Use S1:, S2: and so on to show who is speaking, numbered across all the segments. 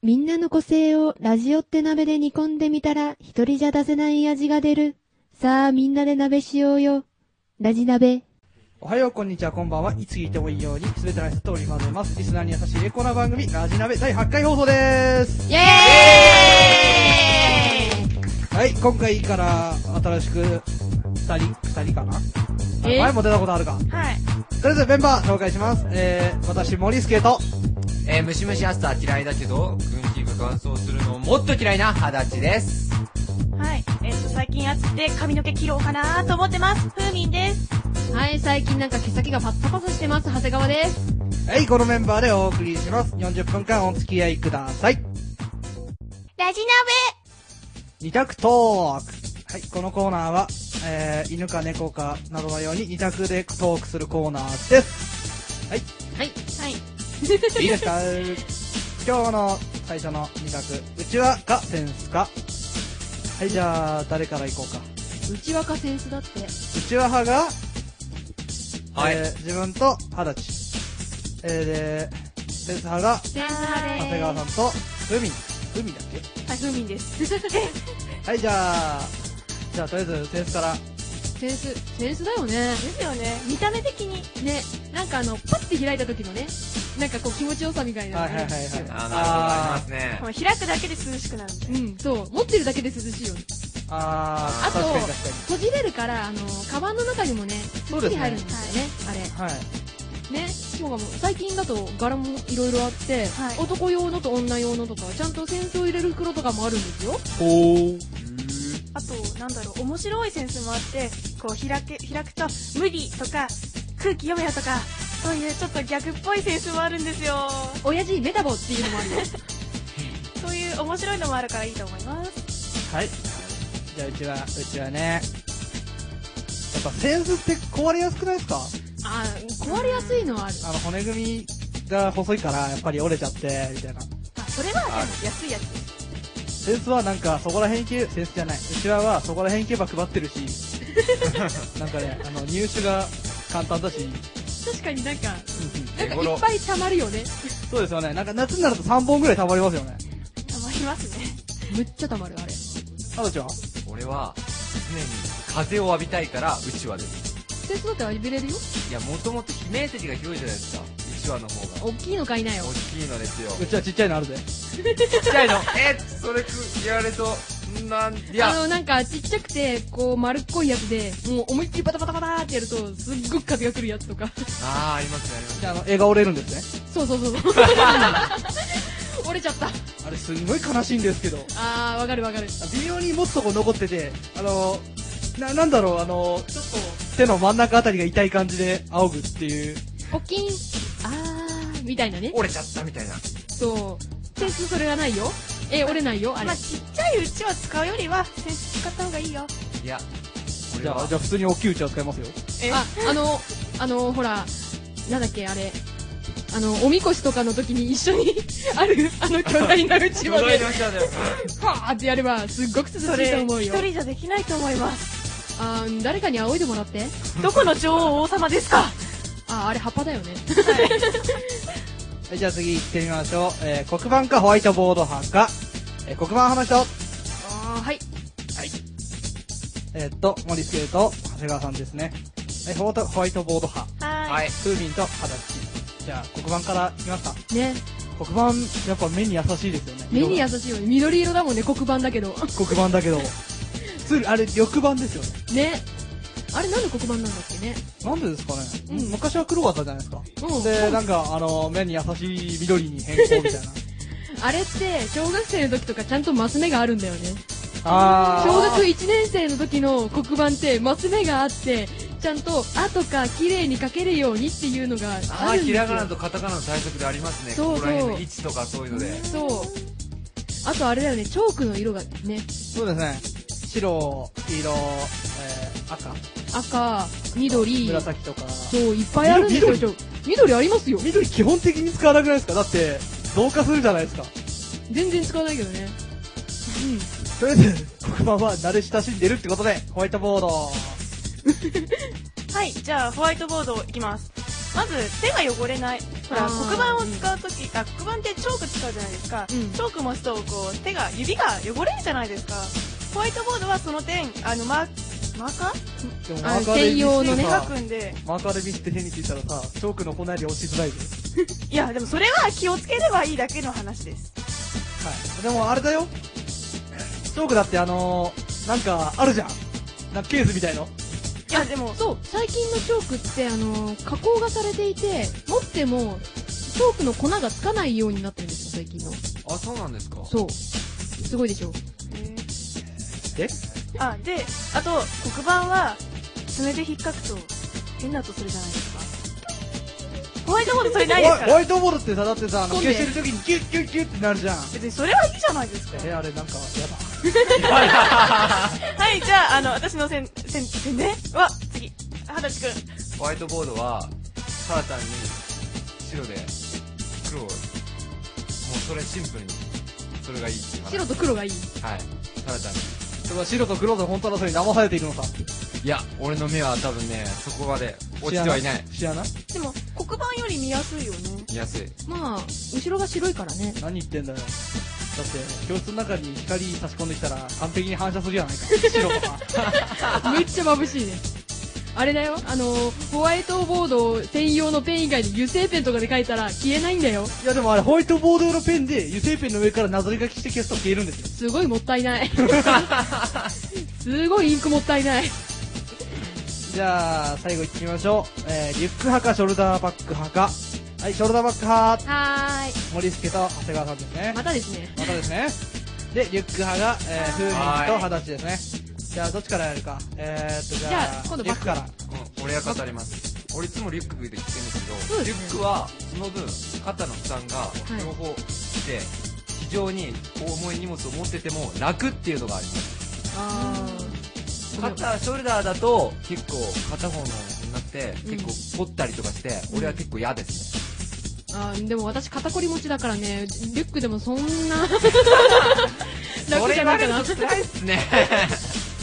S1: みんなの個性をラジオって鍋で煮込んでみたら、一人じゃ出せない味が出る。さあ、みんなで鍋しようよ。ラジ鍋。
S2: おはよう、こんにちは、こんばんは。いつ聞いてもいいように、すべての人と織り交ぜます。リスナーに優しいエコな番組、ラジナベ第8回放送です。
S3: イエーイ
S2: はい、今回から新しく、二人、二人かな
S3: え
S2: 前も出たことあるか。
S3: はい。
S2: とりあえずメンバー紹介します。えー、私、森助と、
S4: えー、ムシムシ暑さは嫌いだけど、軍事部乾燥するのもっと嫌いな二十歳です。
S3: はい。えっ、と、最近暑くて髪の毛切ろうかなと思ってます。ふーみんです。
S5: はい、最近なんか毛先がパッサパサしてます、長谷川です。
S2: はい、このメンバーでお送りします。40分間お付き合いください。
S3: ラジ
S2: 二択トーク。はい、このコーナーは、えー、犬か猫かなどのように二択でトークするコーナーです。
S3: 鍋はい。
S2: いいですか今日の最初の二択。うちはか、センスか。はい、じゃあ、誰から行こうか。
S5: うちわかセンスだって。
S2: うちわ派が、
S4: はい
S2: えー自分と二十歳。えー、で、センス派が、
S5: センス派
S2: 長
S5: で
S2: 谷川さんと、ふみん。ふみんだっけ
S3: はい、ふーみんです。
S2: はい、じゃあ、じゃあ、とりあえず、センスから。
S5: す。センス、センスだよね。
S3: ですよね。見た目的に。
S5: ね、なんかあの、パッて開いた時のね、なんかこう気持ちよさみたいなの
S2: は
S5: が
S2: い
S5: あ
S2: はい
S5: る
S2: は
S5: ん
S2: い
S5: ですよ。
S4: あー、
S2: あ
S4: なるほど、ありますね。
S3: 開くだけで涼しくなるみたいな。
S5: うん、そう。持ってるだけで涼しいよね。
S2: あー、
S5: あと
S2: 確かに確かに。
S5: 閉じれるから、あの、カバンの中にもね、す
S2: そ
S5: っ
S2: うです
S5: きり
S2: ね
S5: 入るんですよね、あれ。
S2: はい。
S5: ね、しかも最近だと柄もいろいろあって、
S3: はい
S5: 男用のと女用のとか、ちゃんとセンスを入れる袋とかもあるんですよ。
S2: ほー。
S3: あと、なんだろう、面白いセンスもあって、こう、開け、開くと、無理とか、空気読めよとか、そういうちょっと逆っぽいセンスもあるんですよ。
S5: 親父メタボっていうのも あるよ。
S3: そういう面白いのもあるからいいと思います。
S2: はい。じゃあ、うちは、うちはね。やっぱセンスって壊れやすくないですか
S5: あー、壊れやすいのはある。
S2: あの、骨組みが細いから、やっぱり折れちゃって、みたいな。
S3: あ、それは、でも、安いやつです。
S2: センスはなんか、そこら辺行け、センスじゃない。うちわはそこら辺行けば配ってるし、なんかね、あの、入手が簡単だし、
S5: 確かになんか、なんか
S4: 手
S5: い
S4: 頃
S5: っぱい溜まるよね。
S2: そうですよね。なんか夏になると3本ぐらい溜まりますよね。
S3: たまりますね。
S5: むっちゃ溜まる、あれ。
S2: あとちは
S4: 俺は、常に風を浴びたいから、うちわです。
S5: センスだってはびれるよ。
S4: いや、もともと姫面積が広いじゃないですか。うちわの方が。
S5: 大きいの買いなよ
S4: 大。きいのですよ。
S2: うちはちっちゃいのあるぜ。
S4: ちっちゃいの。 え、それく言われると、なん、い
S5: あ
S4: や、
S5: の、なんか、ちっちゃくて、こう、丸っこいやつで、もう思いっきりバタバタバターってやると、すっごく風が来るやつと か。
S4: あー、ありますね、あります
S2: であの、絵が折れるんですね。
S5: そうそうそうそう。折れちゃった。
S2: あれ、すんごい悲しいんですけど。
S5: あー、わかるわかる。
S2: 微妙に持つとこ残ってて、あの、な、なんだろう、あの、ちょっと手の真ん中あたりが痛い感じで仰ぐっていう。
S5: ポキン。あー、みたいなね。
S4: 折れちゃったみたいな。
S5: そう。センスそれがないよ。え、折れないよ、あれ
S3: まあ、。ちっちゃいうちは使うよりは、センス使った方がいいよ。
S4: いや、
S2: じ
S4: 俺
S2: ゃあ、
S4: は
S2: じ、ゃあ普通に大きいうちは使いますよ。
S3: え
S5: あ、あの、あの、ほら、なんだっけ、あれ。あの、おみこしとかの時に一緒に、 ある、あの巨大なうちわ
S4: 驚い
S5: で
S4: て、ましたね。
S5: はーってやれば、すっごく涼し
S3: そ
S5: いと
S3: れ、
S5: 思う
S3: 一
S5: よ。
S3: 人じゃできないと思います。
S5: あー誰かに仰いでもらって。
S3: どこの女王王様ですか
S5: あー、あれ葉っぱだよね。
S2: はい、じゃあ次行ってみましょう。えー、黒板かホワイトボード派か。えー、黒板派の人。
S5: あー、はい。
S2: えー、っと、森助と長谷川さんですね。はい、ホワイトホワイトボード派。
S3: は。
S4: はいい。
S2: ふーみんと肌ち。じゃあ、黒板からいきますか。
S5: ね、
S2: 黒板、やっぱ目に優しいですよね。
S5: 目に優しいよね。緑色だもんね、黒板だけど。
S2: 黒板だけど。つる、あれ、緑板ですよね。
S5: ね。あれなんで黒板なんだっけね。
S2: なんでですかね、
S5: うん
S2: 昔は黒かったじゃないですか。
S5: うん
S2: で、なんか、あの、目に優しい緑に変更みた いな。
S5: あれって、小学生の時とかちゃんとマス目があるんだよね。
S2: あ
S5: 小学1年生の時の黒板ってマス目があってちゃんと「あ」とか綺麗に書けるようにっていうのが
S4: あ
S5: あ
S4: ー、
S5: るん
S4: ひ
S5: です
S4: らがな
S5: よ
S4: とカタカナの対策でありますね。
S5: そうそう
S4: ここら辺の位置とかそういうので。
S5: そうあとあれだよねチョークの色がね
S2: そうですね。白、黄色、えー、赤、
S5: 赤緑
S2: 紫とか。
S5: そういっぱいあるんですよ
S2: 緑
S5: チョーク緑ありますよ
S2: 緑基本的に使わなくないですかだって、同化するじゃないですか。
S5: 全然使わないけどね
S2: とりあえず、黒板は慣れ親しんでるってことで、ホワイトボード。
S3: はい、じゃあ、ホワイトボードいきます。まず手が汚れないほら
S5: あー
S3: 黒板を使う時あ黒板ってチョーク使うじゃないですか、
S5: うん
S3: チョーク持つとこう手が指が汚れるじゃないですかホワイトボードはその点あのマーマーカー
S2: でも
S5: あ専用のね
S3: で
S2: マーカーで
S3: 書くんで
S2: マーカーで見せて手についたらさ、チョークの粉より落ちづらいで。
S3: いやでもそれは気をつければいいだけの話です
S2: はい。でもあれだよ。チョークだってあのー、なんかあるじゃん。なんかケースみたいの。
S3: いやでも
S5: そう最近のチョークってあの加工がされていて持ってもチョークの粉がつかないようになってるんですよ最近の
S4: あ、そうなんですか
S5: そうすごいでしょ
S2: え
S3: あであと黒板は爪で引っかくと変な音するじゃないですかホワイトボードそれないですか
S2: ホワ
S3: ら
S2: イトボードってさ、だってさ、あの
S5: 混ん
S2: 消
S5: で
S2: してる時にキュッキュッキュッってなるじゃん。
S3: 別にそれはいいじゃないですか
S2: えあれなんか、やだ。
S3: はい、じゃあ、あの、私のせん、せん、せんねは、次。はだちくん。
S4: ホワイトボードは、ただ単に、白で、黒を、もうそれシンプルに、それがいいっていう話
S5: 白と黒がいい
S4: はい。ただ単に。
S2: それは白と黒と本当のそれに騙されているのか。
S4: いや、俺の目は多分ね、そこまで落ちてはいない。
S2: 知らない
S3: でも、黒板より見やすいよね。
S4: 見やすい。
S5: まあ後ろが白いからね
S2: 何言ってんだよ。だって、教室の中に光差し込んできたら完璧に反射するじゃないか。白とか。
S5: めっちゃ眩しいねあれだよあのホワイトボード専用のペン以外で油性ペンとかで書いたら消えないんだよ
S2: いやでもあれホワイトボード用のペンで油性ペンの上からなぞり書きして消すと消えるんですよ。
S5: すごいもったい ないすごいインクもったいない
S2: じゃあ、最後行ってみましょう。えー、リュック派か、ショルダーバッグ派か。はい、ショルダーバッグ派、
S5: はー
S2: 森助と長谷川さんですね
S5: い。またですね
S2: またですね。で、リュック派が、えー、風
S4: は
S2: 鈴と二十
S4: い
S2: 歳ですね。じゃあ、どっちからやるか。えーっと、じゃあ、
S5: じゃあ今度
S2: リュックから。
S4: うん、俺は語ります。俺いつもリュックで着てるんですけど、
S5: そうですね
S4: リュックは、その分、肩の負担が
S5: い
S4: 両方来て、非常に重い荷物を持ってても楽っていうのがあります。
S5: あ
S4: 肩、ショルダーだと、結構片方のになって、
S5: うん
S4: 結構凝ったりとかして、俺は結構嫌ですね。
S5: あーでも私肩こり持ちだからねリュックで もそんな楽じゃないかな
S4: それ言われると辛いっすね。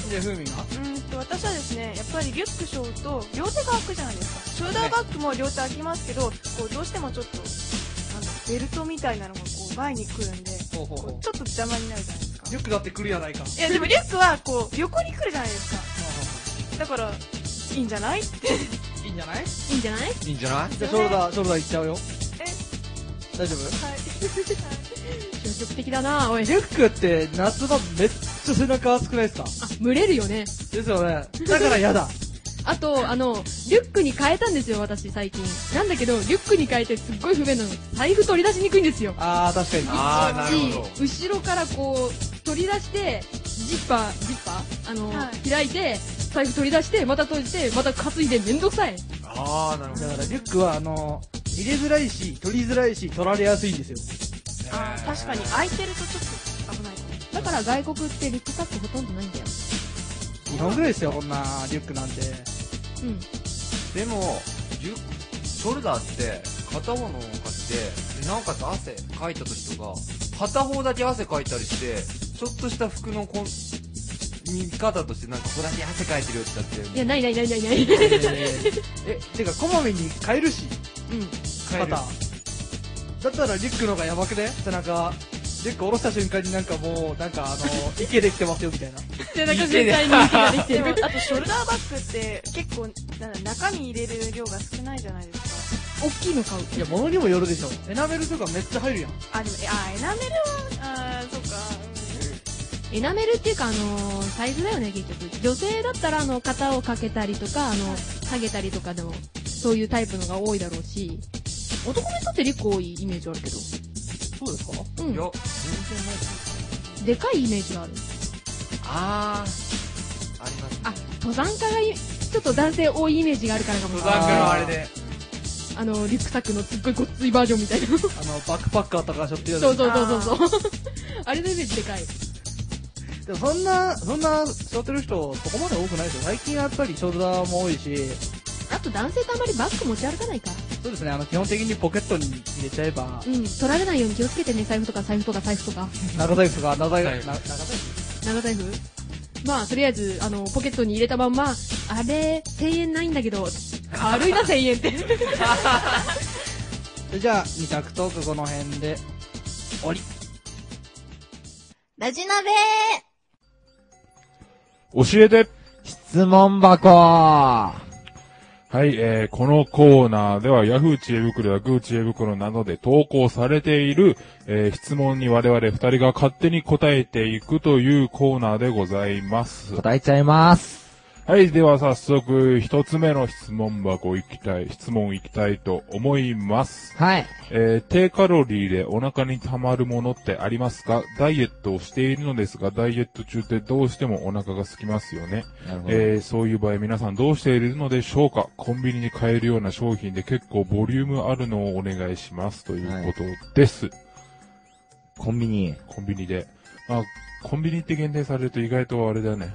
S2: じゃあ、風鈴が。
S3: うーんと、私はですね、やっぱりリュックショーと両手が開くじゃないですか。ショルダーバッグも両手開きますけど、こう、どうしてもちょっと、あの、ベルトみたいなのがこう、前に来るんで、
S2: ほうほう
S3: こ
S2: ほ
S3: うちょっと邪魔になるじゃないですか
S2: う。。リュックだって来るやないか。
S3: いや、でもリュックはこう、横に来るじゃないですか。だから、いいんじゃないって。
S2: いいんじゃないじ
S5: いいんじゃない
S4: いいんじゃない
S2: ゃあ、ショルダー、ショルダー行っちゃうよ。
S3: え、
S2: 大丈夫
S3: はい。
S5: 消極的だなおい
S2: リュックって夏場めっちゃ背中熱くないですか
S5: あ蒸れるよね
S2: ですよね。だから嫌だ。
S5: あとあのリュックに変えたんですよ私最近なんだけどリュックに変えてすっごい不便なの財布取り出しにくいんですよ
S2: あー、確かに。
S4: あー、なるほど。
S5: し後ろからこう取り出してジッパージッパーあの、
S3: はい
S5: 開いて財布取り出してまた閉じてまた担いでめんどくさい
S4: あー、なるほど
S2: だ。からリュックはあの入れづらいし取りづらいし取られやすいんですよ
S3: あー確かに開いてるとちょっと危ないかも。
S5: だから外国ってリュックサックほとんどないんだよ
S2: 日本ぐらいですよこんなリュックなん て
S5: うん
S4: でもリュショルダーって片方の方が勝ってでなおかつ汗かいた時とか片方だけ汗かいたりしてちょっとした服のこん見方としてなんかここだけ汗かいてるよってだって
S5: いやないないないないない
S2: えーえてかこまめに変えるし
S5: うん
S4: 変え
S2: 肩
S4: る
S2: だったらリュックの方がやばくね背中リュック下ろした瞬間になんかもうなん かあの池できてますよみたいな
S5: 背中全体に息ができて
S3: で
S5: る
S3: もあとショルダーバッグって結構なんだ中身入れる量が少ないじゃないです
S5: 大きいの買う
S2: いや物にもよるでしょエナメルとかめっちゃ入るやん
S3: かあでもえあエナメルはあーそうか、
S5: エナメルっていうか、あのーサイズだよね、結局。女性だったら、あの、型をかけたりとか、あの、下げたりとかでも、そういうタイプのが多いだろうし、男の人ってリュック多いイメージあるけど。
S2: そうですか
S5: う
S4: いや
S5: ん。
S4: 全然ないです
S5: でかいイメージがある。
S4: あーありますね
S5: あ、登山家がい、ちょっと男性多いイメージがあるからかもしれ
S4: 登
S5: ない。
S4: 山家のあれで
S5: あの、リュックサックのすっごいごっついバージョンみたいな。そう
S2: あのバックパッカーとかしょってる
S5: そ
S2: や
S5: う
S2: つ
S5: そうそうそう。 あれのイメージでかい。
S2: でもそんなそんなしょってる人そこまで多くないですよ最近はやっぱりショルダーも多いし
S5: あと男性ってあまりバッグ持ち歩かないか。
S2: そうですねあの基本的にポケットに入れちゃえば
S5: うん。取られないように気をつけてね、財布とか財布とか財布とか。
S2: 長財布が長財
S4: はい
S2: 布な長財布
S5: 長財布まあ、とりあえず、あの、ポケットに入れたまんま、あれ、1000円ないんだけど、軽いな、1000円って。
S2: じゃあ、二択トークこの辺で、おり。
S6: ラジナベ
S7: 教えて
S8: 質問箱
S7: はい、えー、このコーナーでは、ヤフー知恵袋やグー知恵袋などで投稿されている、えー、質問に我々二人が勝手に答えていくというコーナーでございます。
S8: 答えちゃいます。
S7: はい、では早速、一つ目の質問箱行きたい、質問行きたいと思います。
S8: はい。
S7: えー低カロリーでお腹に溜まるものってありますかダイエットをしているのですが、ダイエット中ってどうしてもお腹が空きますよね。
S8: なるほど。
S7: えーそういう場合皆さんどうしているのでしょうかコンビニに買えるような商品で結構ボリュームあるのをお願いしますということです。
S8: コンビニ。
S7: コンビニで。まあ、コンビニって限定されると意外とあれだね。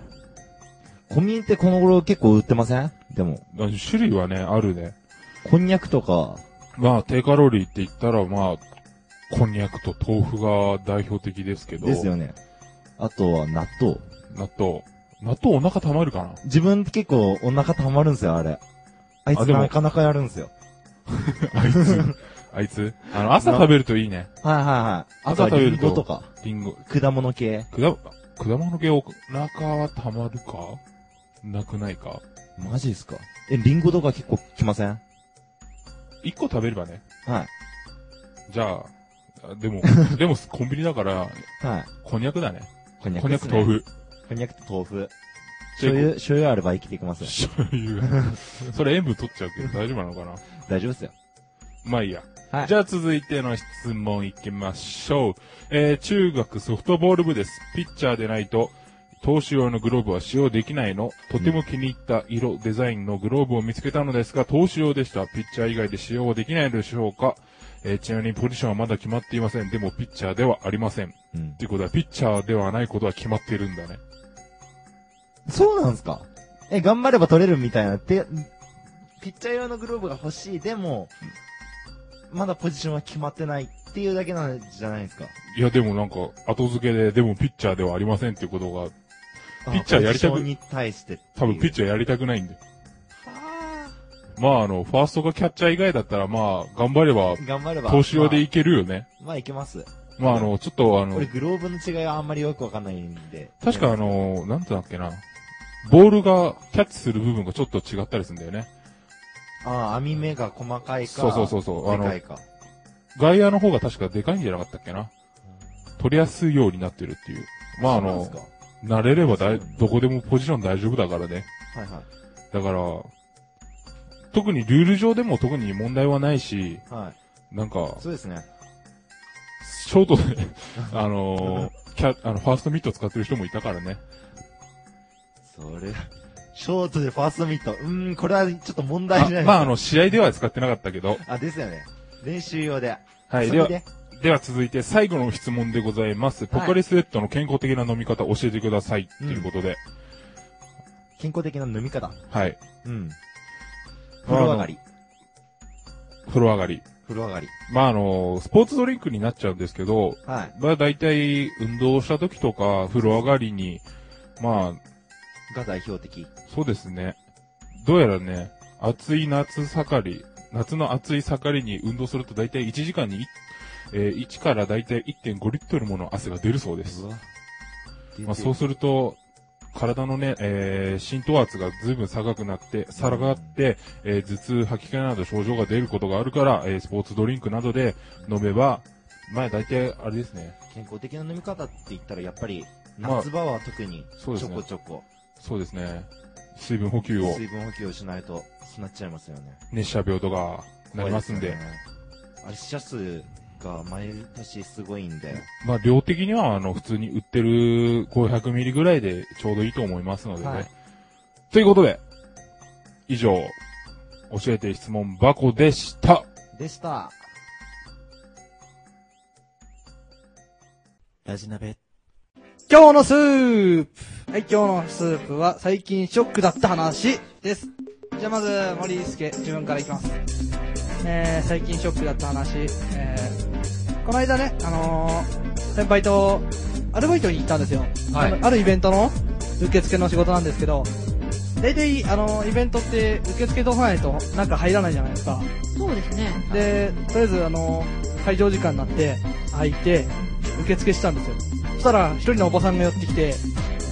S8: コンビニってこの頃結構売ってませんでも、
S7: あ種類はね、あるね。
S8: こんにゃくとか、
S7: まあ、低カロリーって言ったら、まあ、こんにゃくと豆腐が代表的ですけど。
S8: ですよね。あとは納豆。
S7: 納豆。納豆お腹溜まるかな
S8: 自分結構お腹溜まるんですよ、あれ。あい
S7: あ
S8: つ
S7: でも
S8: なかなかやるんですよ。
S7: あいつ。 あいつあの、朝食べるといいね。
S8: はいはいはい。あとは
S7: 朝食べ
S8: リ
S7: る
S8: ン
S7: と
S8: ゴとか、
S7: リンゴ。
S8: 果物系。
S7: くだ、果物系お腹は溜まるかなくないか
S8: マジですかえ、リンゴとか結構来ません
S7: 一個食べればね。
S8: は
S7: じゃあ、あ でも、でもコンビニだから、
S8: い。はい。
S7: こんにゃくだね。
S8: こんにゃく、
S7: こんにゃく豆。腐。
S8: こんにゃくと豆腐。
S7: で
S8: 醤油、醤油あれば生きていけますよ。
S7: 醤油。それ塩分取っちゃうけど大丈夫なのかな
S8: 大丈夫ですよ。
S7: まあいいや。
S8: はい
S7: じゃあ続いての質問いきましょう。えー、中学ソフトボール部です。ピッチャーでないと、投手用のグローブは使用できないの。とても気に入った色、デザインのグローブを見つけたのですが、投手用でした。ピッチャー以外で使用はできないのでしょうかえー、ちなみにポジションはまだ決まっていません。でも、ピッチャーではありません。
S8: うん
S7: と。いうことは、ピッチャーではないことは決まってるんだね。
S8: そうなんですかえ、頑張れば取れるみたいな。て、ピッチャー用のグローブが欲しい。でも、まだポジションは決まってないっていうだけなんじゃないですか。
S7: いや、でもなんか、後付けで、でもピッチャーではありませんっていうことが、
S8: あ
S7: ピッチャーやりたく
S8: ポジションに対して。
S7: 多分ピッ
S8: チ
S7: チャーやりたくないんで。まああの、ファーストかキャッチャー以外だったら、まあ、頑張れば、
S8: 頑張れば。
S7: 投手用で
S8: い
S7: いけるよね。
S8: まあ、まあいけます。
S7: まああの、ちょっとあの
S8: 俺、、グローブの違いはあんまりよくわかんないんで。
S7: 確かあの、なんてだっけな。ボールがキャッチする部分がちょっと違ったりするんだよね。
S8: ああ、網目が細かいか。
S7: そうそうそうそう。あ
S8: でか
S7: の
S8: い、か。
S7: 外野の方が確かでかいんじゃなかったっけな。取りやすいようになってるっていう。まああ
S8: そうなん
S7: の
S8: です、
S7: 慣れればだい、どこでもポジション大丈夫だからね。
S8: かはいは
S7: だから、特にルール上でも特に問題はないし、
S8: い。はい。
S7: なんか、
S8: そうですね。
S7: ショートで、 あのー、キャ、あの、ファーストミット使ってる人もいたからね。
S8: それ、ショートでファーストミット。うーん、こ れはちょっと問題
S7: あ
S8: じゃないですか。
S7: まあ、あの、試合では使ってなかったけど。
S8: あ、ですよね。練習用で。
S7: はい。
S8: そ
S7: で
S8: れ
S7: は、では続いて最後の質問でございます。ポカリスエットの健康的な飲み方教えてください。ということで。
S8: 健康的な飲み方。
S7: はい。
S8: うん。風呂上がり。
S7: 風呂上がり。
S8: 風呂上がり。
S7: まあ、あのー、スポーツドリンクになっちゃうんですけど、
S8: はい。
S7: まあ、大体、運動した時とか、風呂上がりに、まあ、
S8: が代表的。
S7: そうですね。どうやらね、暑い夏盛り、夏の暑い盛りに運動すると大体1時間にい、えー1から大体1.5リットルもの汗が出るそうです。まあ、そうすると、体のね、えー浸透圧がずいぶん高くなって、下がって、えー頭痛、吐き気など症状が出ることがあるから、えースポーツドリンクなどで飲めば、まあ大体あれですね、
S8: 健康的な飲み方って言ったら、やっぱり、
S7: まあ
S8: 夏場は特に、ち
S7: そう
S8: ょ
S7: ですね
S8: こちょこ、
S7: そうですね、水分補給を
S8: 水分補給をしないと、そうなっちゃいますよね。
S7: 熱射病とかなりますんで
S8: 怖い、すよね。あれ、死者数が毎年すごいんで、
S7: まあ、量的には、あの、普通に売ってる500ミリぐらいでちょうどいいと思いますのでね。
S8: はい
S7: ということで、以上、教えて質問箱でした。
S8: でした。ラジ鍋。
S2: 今日のスープはい、今日のスープは最近ショックだった話です。じゃあまず、森助、自分からいきます。えー、最近ショックだった話、えー、この間ね、あのー、先輩と、アルバイトに行ったんですよ。
S4: はい
S2: あのあるイベントの受付の仕事なんですけど、大体、あの、イベントって受付通さないとなんか入らないじゃないですか。
S5: そうですね。
S2: で、とりあえず、あの、会場時間になって、開いて、受付したんですよ。そしたら、一人のおばさんが寄ってきて、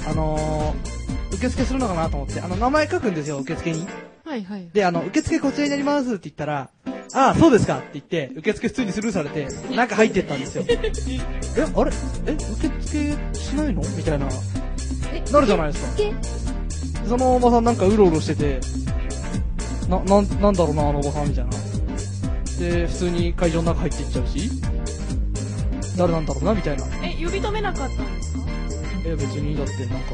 S2: あのー受付するのかなと思って、あの、名前書くんですよ、受付に。
S5: はいはい。
S2: で、あの、受付こちらになりますって言ったら、ああ、そうですかって言って、受付普通にスルーされて、中入ってったんですよ。え、あれえ、受付しないのみたいな、
S5: え
S2: なるじゃないですか。そのおばさんなんかうろうろしてて、な、なん、なんだろうな、あのおばさんみたいな。で、普通に会場の中入っていっちゃうし、誰なんだろうな、みたいな。
S3: え、呼び止めなかったんですか
S2: え、別に、だってなんか、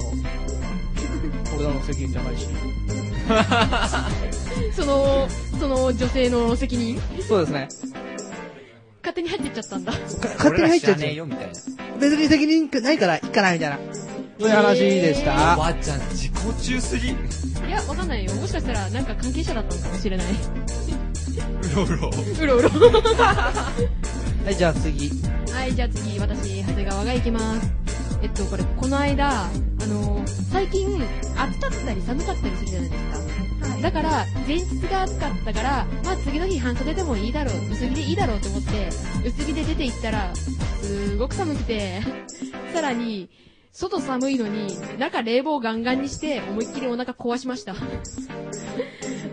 S2: 俺らの責任じゃないし。
S5: その、その女性の責任
S2: そうですね。
S5: 勝手に入ってっちゃったんだ。
S2: か勝手に入っちゃう
S4: 俺ら知ら
S2: じゃ
S4: ねえ
S2: ん。
S4: よみたいな。
S2: 別に責任ないからいいかなみたいな。そういう話でし
S4: お
S2: た。
S4: ばあちゃん、自己中すぎ。う
S5: いや、わかんないよ。もしかしたら、なんか関係者だったのかもしれない。
S4: ろうろ。
S5: うろうろ。
S2: はい、じゃあ次。
S5: はい、じゃあ次、私、長谷川が行きます。えっと、これ、この間、あの最近、暑かったり寒かったりするじゃないですか。だから、前日が暑かったから、まあ次の日半袖でもいいだろう、薄着でいいだろうと思って、薄着で出て行ったら、すごく寒くて、 さらに、外寒いのに、中冷房ガンガンにして、思いっきりお腹壊しました。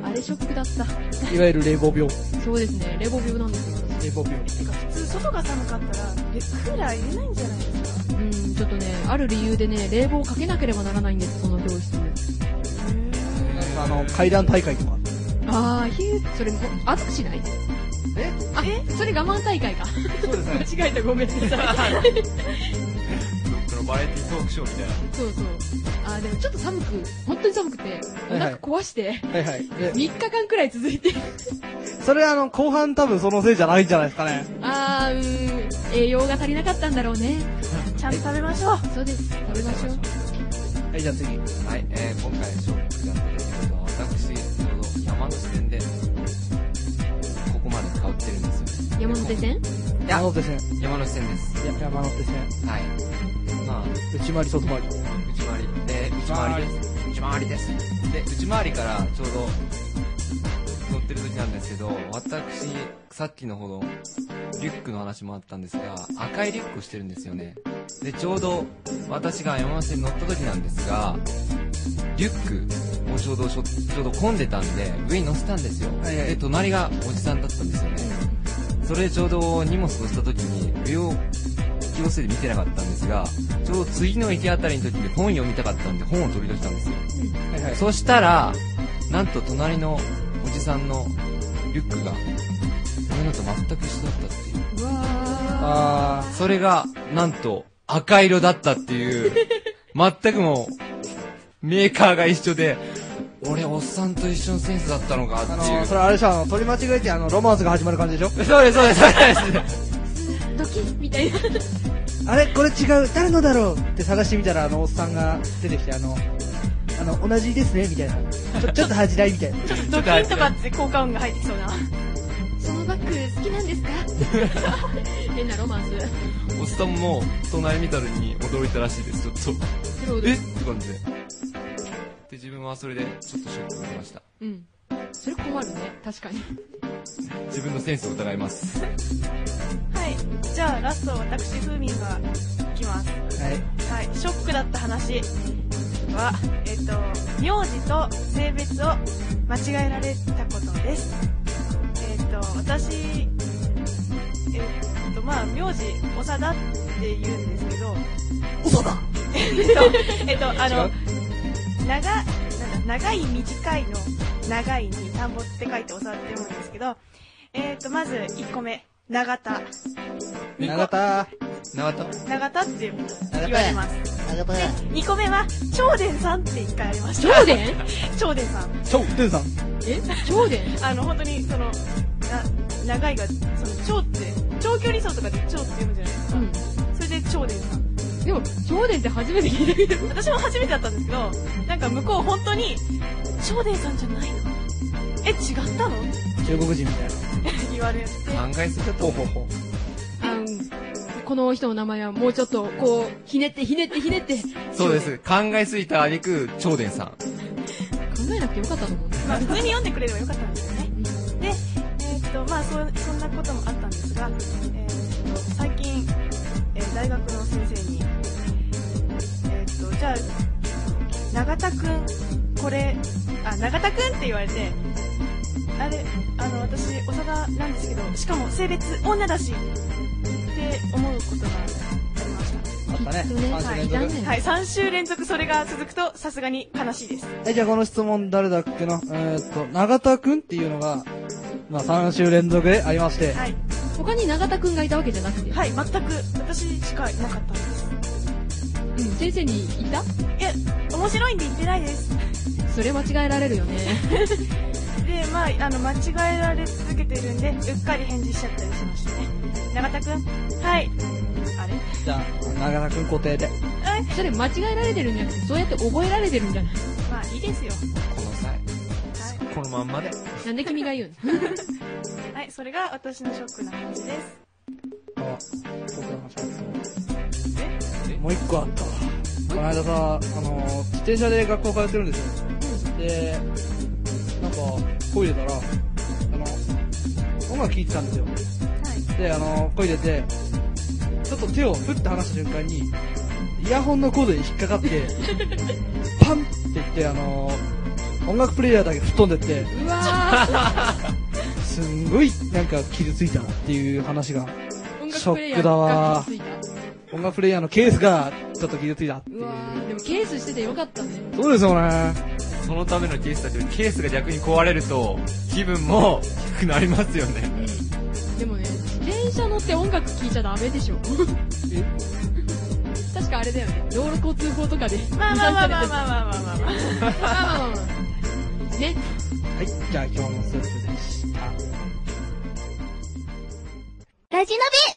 S5: あれショックだった。
S2: いわゆる冷房病。
S5: そうですね、冷房病なんですよ。
S2: 冷房病。
S3: てか、普通外が寒かったら、え、クーラー入れないんじゃないですか
S5: うん、ちょっとね、ある理由でね、冷房をかけなければならないんです、この教室。
S2: あの、階段大会とか。
S5: あー、ひゅー、それ、も暑くしない
S2: え
S5: あ、えそれ我慢大会か。
S2: そうですね。
S5: 間違えた、ごめんなさい。
S4: どっかのバラエティトークショーみたいな。
S5: そうそう。あー、でもちょっと寒く、本当に寒くて、お
S2: はいはい
S5: 腹壊して、
S2: はいはい。で
S5: 3、日間くらい続いて、
S2: それあの、後半多分そのせいじゃないんじゃないですかね。
S5: あー、うーん、栄養が足りなかったんだろうね。
S3: ちゃんと食べましょう。
S5: そうです、食べましょう。
S2: はい、じゃあ次。
S4: はい、えー、今回紹介が出てきたのは、私、ちょうど山手線で、ここまで通ってるんですよね。
S5: 山手線
S4: や
S2: 山手線。
S4: 山手線です。
S2: や山手線。
S4: はい。まあ、
S2: 内回り外回り。
S4: 内回りで内回りです内回りですで内回りからちょうど乗ってる時なんですけど私さっきのほどリュックの話もあったんですが赤いリュックをしてるんですよねでちょうど私が山手線に乗った時なんですがリュックをちょうどしょちょうど混んでたんで上に乗せたんですよ、
S2: はいはい
S4: で隣がおじさんだったんですよねそれでちょうど荷物乗せた時に上を気のせいで見てなかったんですがちょうど次の駅あたりの時に本読みたかったんで本を取り出したんですよ
S2: はいはい。
S4: そしたらなんと隣のおじさんのリュックが俺のと全く一緒だったっていう
S5: うわ
S2: あ
S4: それがなんと赤色だったっていう全くもうメーカーが一緒で俺おっさんと一緒のセンスだったのかって
S2: ー。あ
S4: いう
S2: の、それあれでしょ、あの、取り間違えてあの、ロマンスが始まる感じでしょ
S4: そうですそうですそうです
S5: ー、ドキッみたいな。
S2: あれこれ違う誰のだろうって探してみたらあのおっさんが出てきてあのあの同じですねみたいなちょちょっと恥じらいみたい な
S3: ドキンとかって効果音が入ってきそうな。
S5: そのバッグ好きなんです か変なロマンス。
S4: おっさんも隣見たのに驚いたらしいですちょっと
S5: なるほど
S4: えって感じで。で、自分はそれで、ちょっとショックを受けました。
S5: うん。それ困るね、確かに。
S4: 自分のセンスを疑います。
S3: はい。じゃあ、ラスト、私、ふーみんが、いきます。
S2: はい
S3: はい、ショックだった話は、えっ、と、名字と性別を間違えられたことです。えっ、と、私、えっ、と、まあ、名字、長田って言うんですけど、 長田えっと、えっと、あの、長、なんだ、長い短いの長いに田んぼって書いて長田って読むんですけど、えっ、と、まず1個目、長田。
S2: 永田
S4: 長田
S3: 長田って言われます。
S6: 長田
S3: 二個目は、超伝さんって一回ありました。
S5: 超伝
S3: 超伝さん。
S2: ちょてんさん
S5: え超伝
S3: あの、本当に、その、な、長いが、その、超って、長距離走とかで超って読むじゃないですか。
S5: うん。
S3: それで超伝さん。
S5: でも、超伝って初めて聞いたけど。
S3: 私も初めてだったんですけど、なんか向こう本当に、超伝さんじゃないのえ、違ったのって
S2: 中国人みたいな
S3: 言われて、
S4: 考えすぎだと
S2: ほう
S4: 思
S2: ほうほう
S4: う。
S5: あの、この人の名前はもうちょっと、こう、ひねってひねってひねって。
S4: そうです。考えすぎた挙句、長伝さん。
S5: 考えなくてよかったと思うね。
S3: まあ、普通に読んでくれればよかったんですよね。で、えーっとまあ、そそんなこともあったんですが、えーっと最近、えー大学の先生に、えーっとじゃあ、永田くん、これ、あ、永田くんって言われて、あれ、あの、私、幼なんですけど、しかも性別、女だし、って思うことがありました。
S2: あったね
S5: きっとね。
S2: 三週連続
S5: はい
S3: はい、3週連続それが続くと、さすがに悲しいです。
S2: え、じゃあこの質問誰だっけなえーっと、永田くんっていうのが、まあ3週連続でありまして、
S3: はい。
S5: 他に永田くんがいたわけじゃなくて。
S3: はい、全く私しかいなかったんです。
S5: うん、先生にいた
S3: 面白いんで言ってないです。
S5: それ間違えられるよね。
S3: で、まあ、あの、間違えられ続けてるんで、うっかり返事しちゃったりしましたね。永田くんはい。あれ
S2: じゃあ、永田くん固定で。
S5: それ間違えられてるんじゃなくて、そうやって覚えられてるんじゃない
S3: まあ、いいですよ。
S4: この際、
S3: は
S4: このまんまで。
S5: なんで君が言うの
S3: い。はい、それが私のショックな話です。
S2: あ、僕の話
S3: え
S2: もう一個あったわ。この間さ、あのー、自転車で学校通ってるんですよ。で、なんか、こいでたら、あの、音楽聴いてたんですよ。で、あの、こいでて、ちょっと手をふって離した瞬間に、イヤホンのコードに引っかかって、パンって言って、あの、音楽プレイヤーだけ吹っ飛んでって、
S5: うわ
S2: すんごいなんか傷ついたなっていう話が、
S5: ー音
S2: ショ
S5: 楽プレ
S2: ッ
S5: イヤー
S2: クだわ
S5: が気づいた。
S2: 音楽プレイヤーのケースがちょっと傷ついたっていう
S5: う。わーでもケースしててよかったね。
S2: そうですよね。
S4: そのためのケースだけど、ケースが逆に壊れると、気分も低くなりますよね。
S5: でもね、自転車乗って音楽聴いちゃダメでしょ。確かあれだよね。道路交通法とかで。
S3: まあまあまあまあまあ
S5: あ。
S3: まあまあまあまあ。
S5: まあまあまあまあ。ね。
S2: はい、じゃあ今日のスープでした。
S6: ラジナベ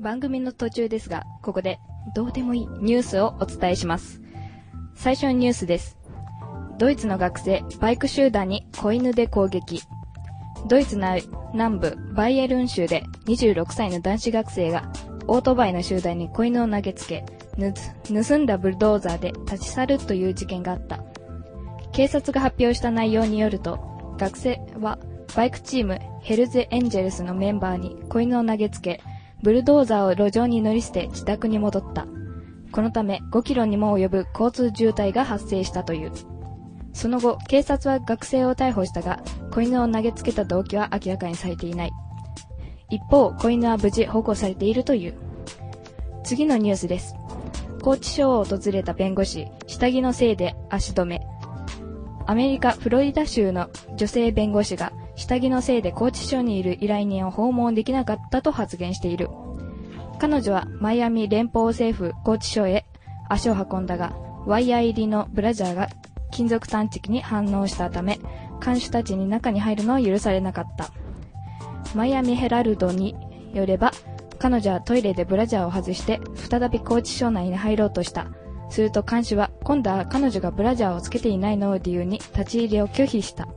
S6: 番組の途中ですが、ここでどうでもいいニュースをお伝えします。最初のニュースです。ドイツの学生、バイク集団に子犬で攻撃。ドイツな南部バイエルン州で26歳の男子学生がオートバイの集団に子犬を投げつけ、ぬ盗んだブルドーザーで立ち去るという事件があった。警察が発表した内容によると、学生はバイクチームヘルゼ・エンジェルスのメンバーに子犬を投げつけ、ブルドーザーを路上に乗り捨て自宅に戻った。このため5キロにも及ぶ交通渋滞が発生したという。その後、警察は学生を逮捕したが、子犬を投げつけた動機は明らかにされていない。一方、子犬は無事保護されているという。次のニュースです。拘置所を訪れた弁護士、下着のせいで足止め。アメリカ・フロリダ州の女性弁護士が下着のせいで拘置所にいる依頼人を訪問できなかったと発言している。彼女はマイアミ連邦政府拘置所へ足を運んだが、ワイヤー入りのブラジャーが金属探知機に反応したため、看守たちに中に入るのは許されなかった。マイアミヘラルドによれば、彼女はトイレでブラジャーを外して、再び拘置所内に入ろうとした。すると看守は、今度は彼女がブラジャーをつけていないのを理由に立ち入りを拒否した。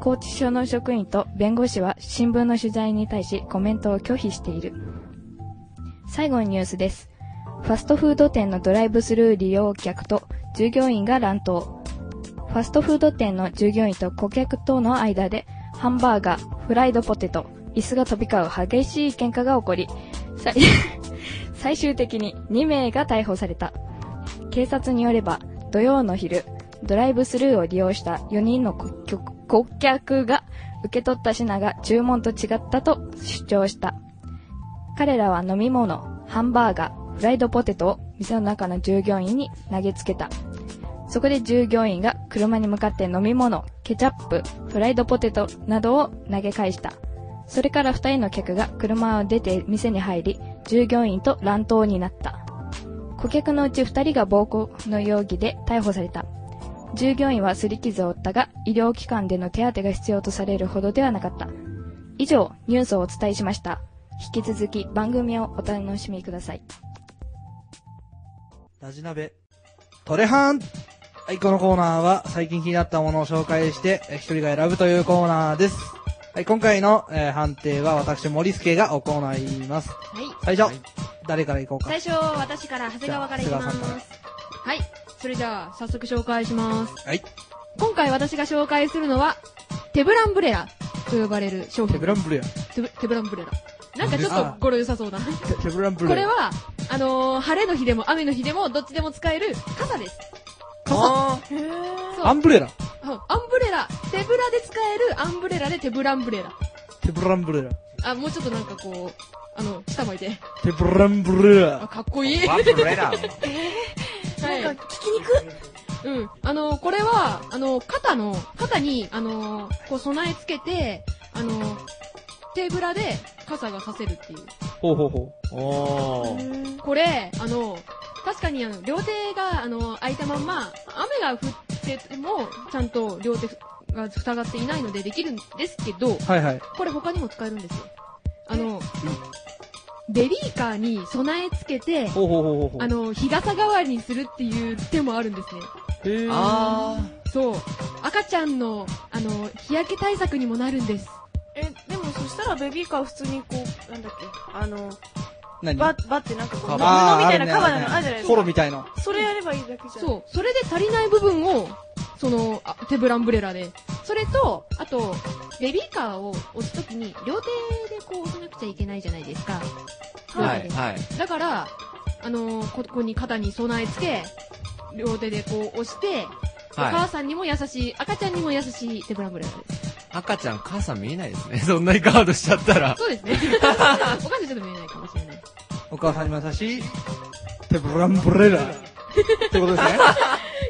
S6: 拘置所の職員と弁護士は新聞の取材に対しコメントを拒否している。最後のニュースです。ファストフード店のドライブスルー利用客と従業員が乱闘。ファストフード店の従業員と顧客との間で、ハンバーガー、フライドポテト、椅子が飛び交う激しい喧嘩が起こり、最 最終的に2名が逮捕された。警察によれば土曜の昼ドライブスルーを利用した4人の顧客顧客が受け取った品が注文と違ったと主張した彼らは飲み物ハンバーガーフライドポテトを店の中の従業員に投げつけたそこで従業員が車に向かって飲み物ケチャップフライドポテトなどを投げ返したそれから2人の客が車を出て店に入り従業員と乱闘になった顧客のうち2人が暴行の容疑で逮捕された従業員は擦り傷を負ったが医療機関での手当てが必要とされるほどではなかった以上ニュースをお伝えしました引き続き番組をお楽しみください
S2: ラジ鍋、トレハンはい、このコーナーは最近気になったものを紹介して、えー一人が選ぶというコーナーです。はい、今回の、えー判定は私、森助が行います。
S5: はい。
S2: 最初、誰から行こうか
S5: 最。初、私から、長谷川からいきま
S2: じゃあ長谷川さん
S5: す。はい。それじゃあ、早速紹介します。
S2: はい。
S5: 今回私が紹介するのは、テブランブレラと呼ばれる商
S2: テ
S5: 品。
S2: ブランブレア。
S5: テブテブランブレラ。なんかちょっ
S2: あ
S5: と語呂良さそうだ。
S2: テテブランブレア。
S5: これは、あのー晴れの日でも雨の日でもどっちでも使える傘です。
S2: あ
S5: そう
S2: アンブレラ。
S5: あアンブレラ。手ぶらで使えるアンブレラで手ぶらンブレラ。
S2: テブランブレラ。
S5: あ、もうちょっとなんかこう、あの、下向いて。
S2: テブランブレ
S5: あ、
S2: ラ。
S5: かっこいい。
S4: ワ
S5: は
S4: ンブレラ。
S3: なん
S5: い。
S3: か聞きにくい。
S5: うん。あの、これは、あの、肩の、肩に、あの、こう備え付けて、あの、手ぶらで傘がさせるっていう。
S2: ほうほうほ
S8: おー。
S5: これ、あの、確かにあの、両手が、あの、開いたまんま、雨が降ってても、ちゃんと両手が塞がっていないのでできるんですけど、
S2: う。はいはい。
S5: これ他にも使えるんですよ。あの、ベビーカーに備え付けて、
S2: ほうほうほうほうほ
S5: あ
S2: う。
S5: の、日傘代わりにするっていう手もあるんですね。
S2: へー
S4: あ
S5: そう。赤ちゃんの、あの、日焼け対策にもなるんです。
S3: え、でもそしたらベビーカー普通にこう、なんだっけ、あの、
S2: 何
S3: バッ、バってなんかこう、布み
S2: あー
S3: たいなカバー
S2: あるね
S3: のあるじゃないです
S2: ホロ
S3: か。
S2: みたいな。
S3: それやればいいだけじゃん。
S5: そう。それで足りない部分を、その、あ手ぶらンブレラで。それと、あと、ベビーカーを押すときに、両手でこう押さなくちゃいけないじゃないですか。
S4: あ。はい、
S5: 両手で
S4: はい。
S5: だから、あのーここに肩に備え付け、両手でこう押して、お
S4: は
S5: 母さんにも優しい、赤ちゃんにも優しい手ぶらンブレラです。
S4: い。赤ちゃん、母さん見えないですね。 そんなにガードしちゃった ら。
S5: そう ですね。お母さんちょっと見えないかもしれない。
S2: お母さんにも優しい。テブランブレラ。って ことですね。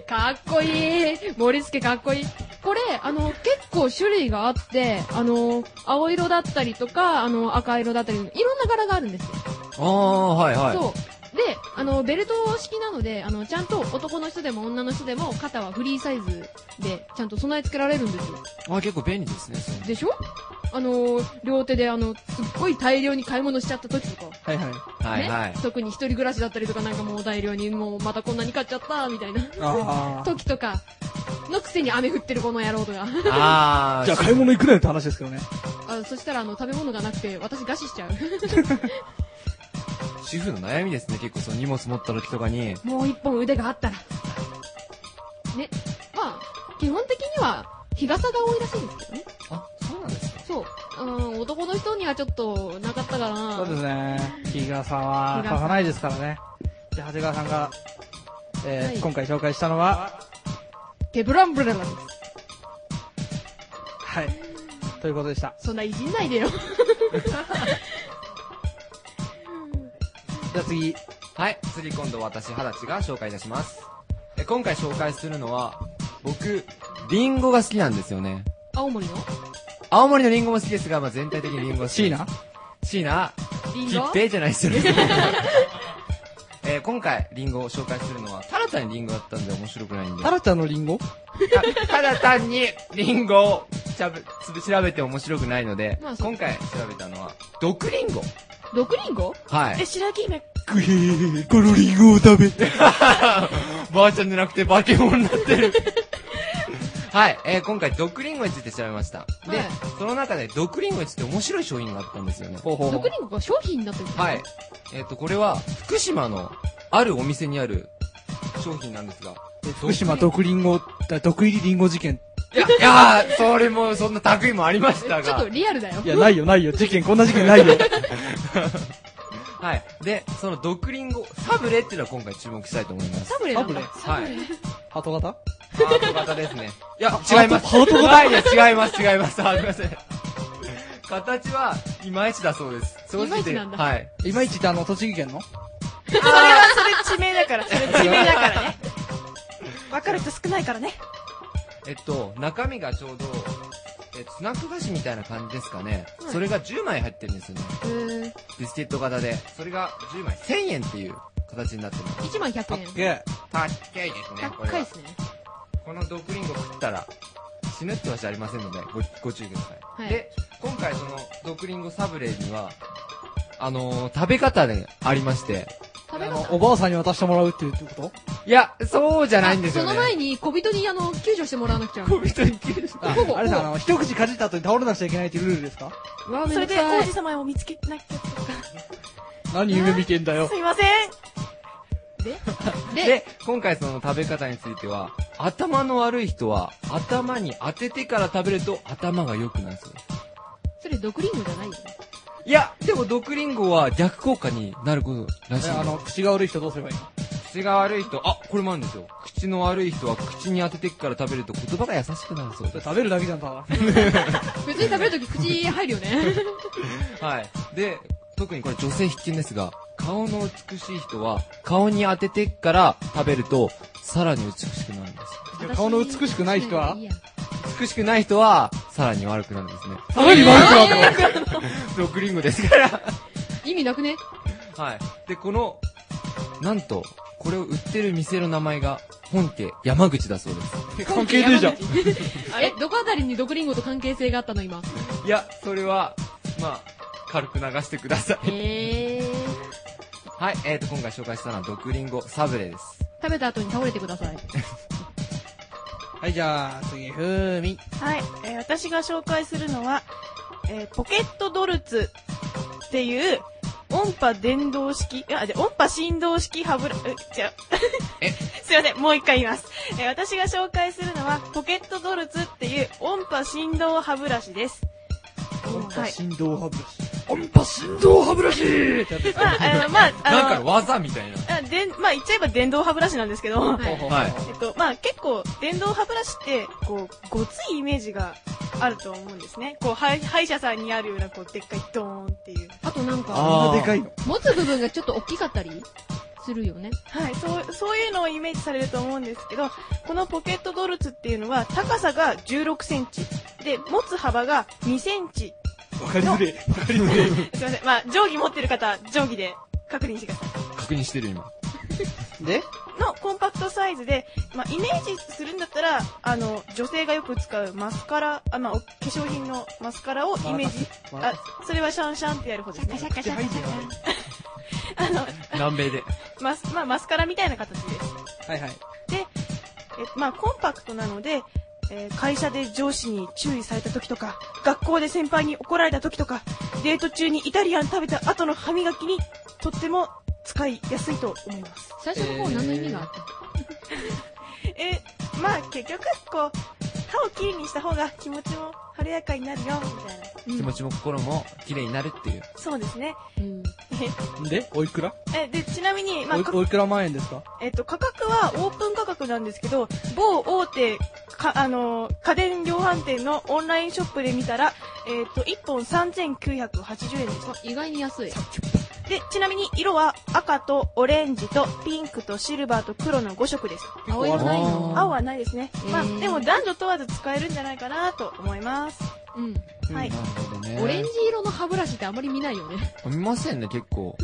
S5: かっこいい森助かっこいいこれ、あの、結構種類があって、あの、青色だったりとか、あの、赤色だったり、いろんな柄があるんですよ。
S4: ああ、はい、はい。
S5: そう。で、あの、ベルト式なので、あの、ちゃんと男の人でも女の人でも肩はフリーサイズで、ちゃんと備え付けられるんですよ。
S4: あ結構便利ですね。それ
S5: でしょあの、両手で、あの、すっごい大量に買い物しちゃった時とか。
S2: はいはい。
S4: はい、はい
S5: ね。。特に一人暮らしだったりとかなんかもう大量にもうまたこんなに買っちゃったみたいな
S2: ああ。
S5: 時とかのくせに雨降ってるこの野郎とか
S4: ああ。
S2: じゃあ買い物行くなよって話ですけどね。
S5: あそしたらあの食べ物がなくて私餓死しちゃう
S4: 主婦の悩みですね。結構その荷物持った時とかに。
S5: もう一本腕があったらねまあ基本的には日傘が多いらしいですけどね
S4: あ、そうなんですか
S5: そううん男の人にはちょっとなかったかな
S2: そうですね。日傘は
S5: 日
S2: 差
S5: 傘
S2: さないですからね。じゃあ、長谷川さんが、えー
S5: はい
S2: 今回紹介したのは、
S5: 手ブランブラなんです
S2: はい。ということでした。
S5: そんないじんないでよ
S2: じゃあ次。
S4: はい、次今度私、はだちが紹介いたします。え今回紹介するのは、僕、リンゴが好きなんですよね。
S5: 青森の
S4: 青森のリンゴも好きですが、まあ、全体的にリンゴ好き。
S2: シーナ。
S4: シーナ、
S5: リン
S4: 切
S5: ゴ
S4: ってじゃない ですよね。えー今回、リンゴを紹介するのは、ただ単にリンゴだったんで面白くないんで。
S2: タラちゃんのリンゴ
S4: たただ単にリンゴをしゃぶつぶ調べて面白くないので、
S5: まあそう
S4: 今回調べたのは、毒リンゴ。
S5: 毒リンゴ
S4: はい
S3: え、。白木姫、
S2: グヘー、このリンゴを食べて。
S4: ばあちゃんじゃなくて化け物になってる。 はい、えー今回、毒リンゴについて調べました。で、
S5: はい
S4: その中で、毒リンゴについて面白い商品があったんですよね。
S2: ほうほうほう
S5: 毒リンゴが商品になってるんです
S4: はい。えっ、と、これは、福島の、あるお店にある商品なんですが。
S2: え福島毒リンゴ、だ毒入りリンゴ事件。
S4: いや、いやー、それも、そんな類もありましたが。
S5: ちょっとリアルだよ
S2: いや、ないよ、ないよ。事件、こんな事件 ないよ。
S4: はい。で、その毒リンゴ、サブレっていうのは今回注目したいと思います。
S5: サブレなんだ
S4: サブレ
S2: ハート型
S4: ハート型ですね。いや、違います。
S2: ハート
S4: ないです。違います、違います。あ、すいません。形は、いまいちだそうです。正直で
S5: いまいちなんだ
S4: はい。
S2: いまいちってあの、栃木県の
S3: それは、それ地名だから、それ地名だから ね。わかる人少ないからね。
S4: えっと、中身がちょうど、えスナック菓子みたいな感じですかね。それが10枚入ってるんですよね。
S5: えー
S4: ビスケット型で。それが10枚1000円っていう形になってます。
S5: 1万100円
S2: げえ。
S4: 高いですね、これ
S5: 高い
S4: は
S5: で。すね
S4: この毒リンゴ食ったら、死ぬってわしありませんので、ごご注意ください。
S5: はい
S4: で、今回その毒リンゴサブレには、あのー食べ方でありまして、
S5: 食べ
S2: あの
S5: 方、
S2: おばあさんに渡してもらうっていうってこと
S4: いや、そうじゃないんですよ
S5: そ
S4: ね。
S5: の前に小人にあの救助してもらわなくちゃ
S4: 小人に切る人
S2: あ
S5: ほぼ
S2: あれさ、あの、一口かじった後に倒れなくちゃいけないっていうルールですか
S3: それで、王子様を見つけなきゃと
S2: 何夢見てんだよ
S3: か。。すいません。
S5: で、
S4: で、今回その食べ方については、頭の悪い人は、頭に当ててから食べると頭が良くなるそうです。
S5: それ毒リンゴじゃないよね。
S4: いや、でも毒リンゴは逆効果になることらしい
S2: え
S4: よ。
S2: あの、口が悪い人どうすればいいの
S4: 口が悪い人、あ、これもあるんですよ。口の悪い人は口に当ててから食べると言葉が優しくなるそ
S2: そ
S4: うで
S2: れ食べるだけじゃん、ただ。
S5: 別に食べるとき口入るよね。
S4: す。はい。で、特にこれ女性必見ですが、顔の美しい人は顔に当ててから食べるとさらに美しくなるんです。
S2: い や顔の美しくない人は
S5: や
S4: 美しくない人はさらに悪くなるんですね。
S2: さらに悪くなった
S4: 毒リンゴですから。
S5: 意味なくね
S4: はい。で、この、なんと、これを売ってる店の名前が本家山口だそうです。
S2: 関係ねえじゃん。
S5: え、どこあたりに毒リンゴと関係性があったの今。
S4: いや、それは、まあ、軽く流してください。
S5: えー。
S4: はい、えーと、今回紹介したのは毒リンゴサブレです。
S5: 食べた後に倒れてください。
S2: はい、じゃあ、次、ふーみ。
S3: はい、えー私が紹介するのは、えーポケットドルツっていう音波伝導式、あ、じゃあ音波振動式歯ブラ、う、違う。
S4: え
S3: すいません、もう一回言います。えー私が紹介するのは、ポケットドルツっていう音波振動歯ブラシです。はい。
S2: 振動歯ブラシ。
S4: 音波振動歯ブラシ
S3: まあ、あの、まあ、
S4: なん
S3: あ
S4: か
S3: の、
S4: 技みたいな。
S3: あでんまあ、言っちゃえば電動歯ブラシなんですけど、
S5: はい
S4: はい。
S3: えっと、まあ結構、電動歯ブラシって、こう、ごついイメージがあると思うんですね。こう、歯医歯医者さんにあるような、こう、でっかいドーンっていう。
S5: あとなんか、
S4: あー
S2: あんなでかいの。
S5: 持つ部分がちょっと大きかったりするよね。
S3: はい、そう、そういうのをイメージされると思うんですけど、このポケットドルツっていうのは、高さが16センチ。で、持つ幅が2センチ。
S2: わかりづれえ。わかりづれえ。
S3: すいません。まあ、定規持ってる方、定規で確認してください。
S4: 確認してる今。
S2: で
S3: のコンパクトサイズで、まあ、イメージするんだったら、あの、女性がよく使うマスカラ、あ、まあ、お化粧品のマスカラをイメージ、あ、それはシャンシャンってやる方ですね。
S2: 口入んねえな
S3: あの、
S4: 南米で。
S3: マス、まあ、マスカラみたいな形です。
S2: はいはい。
S3: え、まあ、コンパクトなので、えー会社で上司に注意された時とか、学校で先輩に怒られた時とか、デート中にイタリアン食べた後の歯磨きに、とっても使いやすいと思います。
S5: 最初の方何の意味があった、
S3: えーまあ、結局、こう、歯をきれいにした方が気持ちも晴れやかになるよ、みたいな。
S5: うん
S4: 気持ちも心も綺麗になるっていう。
S3: そうですね。
S5: うん
S2: でおいくら
S3: え、で、ちなみに、まあ、
S2: おい
S3: か
S2: おいくら万円ですか
S3: えっと、価格はオープン価格なんですけど、某大手、か、あのー家電量販店のオンラインショップで見たら、えっと、1本3980円でした。
S5: 意外に安い。
S3: で、ちなみに色は赤とオレンジとピンクとシルバーと黒の5色です。
S5: 青いはない
S4: あ
S5: の
S4: ー
S3: 青はないですね。まあ、
S5: へー
S3: でも男女問わず使えるんじゃないかなと思います。
S5: うん。
S3: はい。
S4: なるほどね。
S5: オレンジ色の歯ブラシってあんまり見ないよね。
S4: 見ませんね、結構。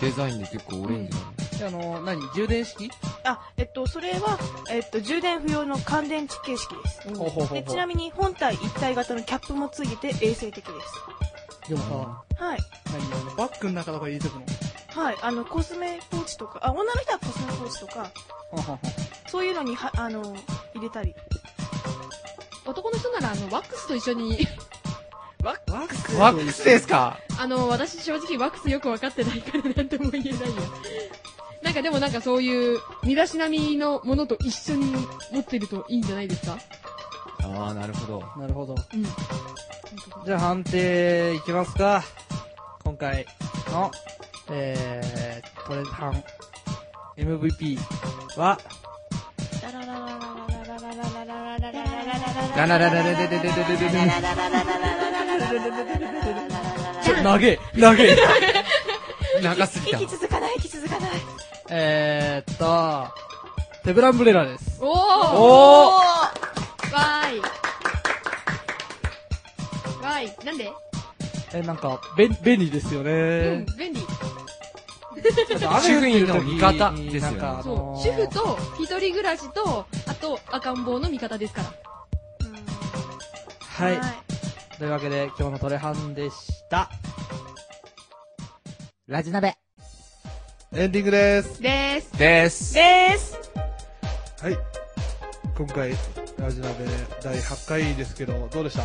S4: デザインで結構オレンジなの。
S2: あの、何充電式
S3: あ、えっと、それは、えっと、充電不要の乾電池形式です。
S2: ほうほうほう
S3: で、ちなみに本体一体型のキャップもついてて衛生的です。
S2: でもさ、
S3: はい。
S2: 何あのバッグの中とか入れとくの
S3: はい、あの、コスメポーチとか、あ、女の人はコスメポーチとか、そういうのには、あの、入れたり。
S5: 男の人なら、あの、ワックスと一緒に、
S2: ワックス
S4: ワックスですか
S5: あの、私正直ワックスよくわかってないからなんとも言えないよ。なんかでもなんかそういう、身だしなみのものと一緒に持ってるといいんじゃないですか
S4: ああ、なるほど。
S2: なるほど。
S5: うん。
S2: じゃあ判定いきますか。今回の、えー、トレハン MVP は、
S4: ララララララララララララ
S2: ちょ、投げ投げ
S4: 長すぎた
S3: 息。続かない、息続かない。
S2: えーっと、テブランブレラです。
S5: おー
S2: おー
S5: わーい。わーい。なんで、
S2: え、なんか、べん、便利ですよね。
S5: うん、便利。
S2: 雨降ってる時に
S4: 主婦の味方ですよね
S2: なんかあ
S5: そう、
S2: のー
S5: 主婦と、一人暮らしと、あと、赤ん坊の味方ですから。
S2: はい。というわけで、今日のトレハンでした。
S9: ラジ鍋。
S2: エンディングです。
S5: でーす。
S4: です。
S3: でーす。
S2: はい。今回、ラジナベ第8回ですけど、どうでし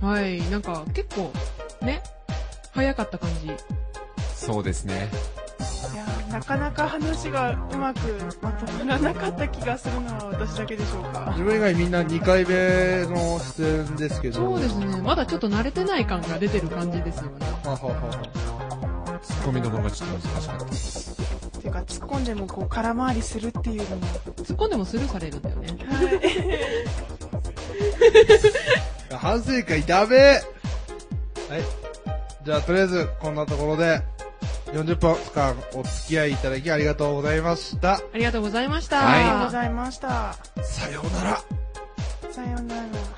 S2: た
S5: はい、なんか、結構、ね、早かった感じ。
S4: そうですね。
S3: いやーなかなか話がうまくまとまらなかった気がするのは私だけでしょうか。
S8: 自分以外みんな2回目の出演ですけど。
S5: そうですね。まだちょっと慣れてない感が出てる感じですよね。
S8: ははは
S4: ツッコミどころがちょっと難しかったです。
S3: ていうか、突っ込んでもこう空回りするっていうのも。
S5: 突っ込んでもスルーされるんだよね。
S8: 反省会ダメはい。じゃあ、とりあえず、こんなところで、40分間お付き合いいただきありがとうございました。
S5: ありがとうございました。
S3: ありがとうございました。
S8: さようなら。
S3: さようなら。